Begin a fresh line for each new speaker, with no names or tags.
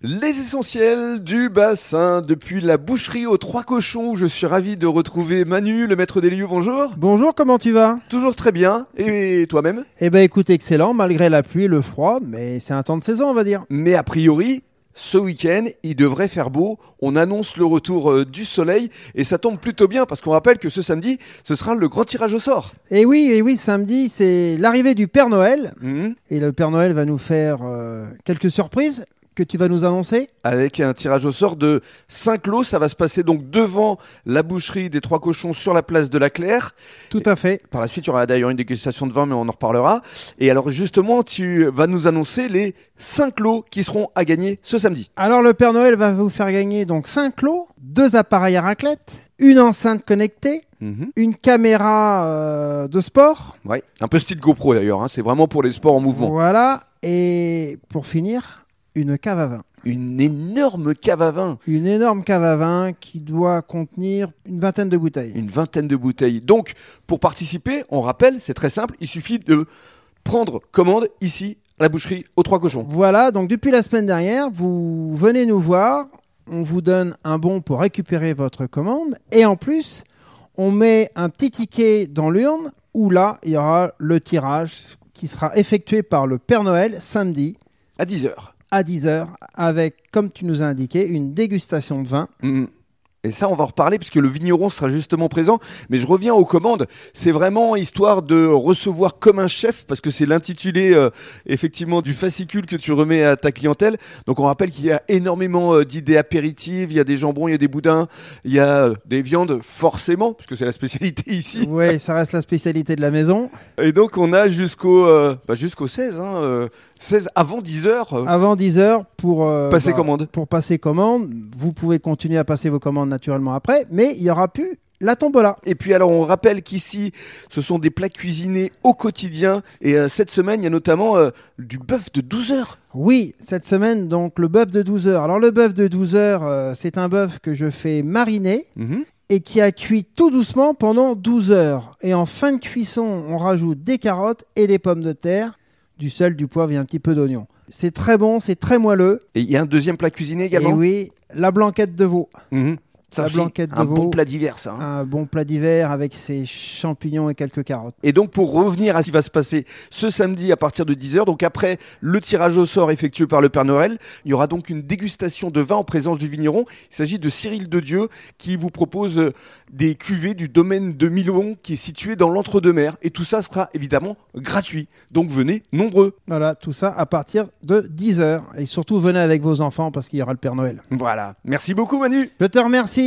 Les essentiels du bassin, depuis la boucherie aux trois cochons, où je suis ravi de retrouver Manu, le maître des lieux, bonjour.
Bonjour, comment tu vas
Toujours très bien, et toi-même
Eh ben écoute, excellent, malgré la pluie et le froid, mais c'est un temps de saison, on va dire.
Mais a priori, ce week-end, il devrait faire beau. On annonce le retour euh, du soleil et ça tombe plutôt bien parce qu'on rappelle que ce samedi, ce sera le grand tirage au sort.
Et Eh oui, et oui, samedi, c'est l'arrivée du Père Noël,
Mhm.
et le Père Noël va nous faire euh, quelques surprises que tu vas nous annoncer.
Avec un tirage au sort de 5 lots, ça va se passer donc devant la boucherie des Trois Cochons sur la place de la Claire.
Tout à fait.
Par la suite, il y aura d'ailleurs une dégustation de vin, mais on en reparlera. Et alors justement, tu vas nous annoncer les 5 lots qui seront à gagner ce samedi.
Alors le Père Noël va vous faire gagner donc 5 lots, deux appareils à raclette, une enceinte connectée, une caméra euh, de sport.
Ouais. Un peu style GoPro d'ailleurs, hein. c'est vraiment pour les sports en mouvement.
Voilà, et pour finir, une cave à vin.
Une énorme cave à vin.
Une énorme cave à vin qui doit contenir une vingtaine de bouteilles.
une vingtaine de bouteilles. Donc, pour participer, on rappelle, c'est très simple, il suffit de prendre commande ici à la boucherie aux Trois Cochons.
Voilà, donc depuis la semaine dernière, vous venez nous voir, on vous donne un bon pour récupérer votre commande, et en plus, on met un petit ticket dans l'urne, où là, il y aura le tirage qui sera effectué par le Père Noël samedi
À 10h.
à 10h, avec, comme tu nous as indiqué, une dégustation de vin.
Mm. Et ça, on va en reparler puisque le vigneron sera justement présent. Mais je reviens aux commandes. C'est vraiment histoire de recevoir comme un chef parce que c'est l'intitulé euh, effectivement du fascicule que tu remets à ta clientèle. Donc on rappelle qu'il y a énormément euh, d'idées apéritives. Il y a des jambons, il y a des boudins, il y a euh, des viandes forcément puisque c'est la spécialité ici.
Ouais, ça reste la spécialité de la maison.
Et donc on a jusqu'au euh, bah, jusqu'au 16, hein, euh, 16 avant 10 heures. euh,
Avant 10h pour... euh,
Passer
bah,
commande.
Pour passer commande, vous pouvez continuer à passer vos commandes naturellement après, mais il y aura plus la tombola.
Et puis alors on rappelle qu'ici ce sont des plats cuisinés au quotidien et euh, cette semaine il y a notamment euh, du bœuf de 12 heures.
Oui, cette semaine, donc le bœuf de 12 heures. Alors le bœuf de 12 heures, euh, c'est un bœuf que je fais mariner et qui a cuit tout doucement pendant 12 heures. Et en fin de cuisson, on rajoute des carottes et des pommes de terre, du sel, du poivre et un petit peu d'oignon. C'est très bon, c'est très moelleux.
Et il y a un deuxième plat cuisiné
Et
également.
oui, la blanquette de veau.
Mhm. Ça
La
aussi,
blanquette de
un bon
veau.
plat divers. ça, hein.
Un bon plat d'hiver avec ses champignons et quelques carottes.
Et donc pour revenir à ce qui va se passer ce samedi à partir de 10h, donc après le tirage au sort effectué par le Père Noël, il y aura donc une dégustation de vin en présence du vigneron. Il s'agit de Cyril de Dieu qui vous propose euh, des cuvées du domaine de Milon qui est situé dans l'entre-deux-mers. Et tout ça sera évidemment gratuit. Donc venez nombreux.
Voilà, tout ça à partir de 10 heures. Et surtout, venez avec vos enfants parce qu'il y aura le Père Noël.
Voilà. Merci beaucoup Manu.
Je te remercie.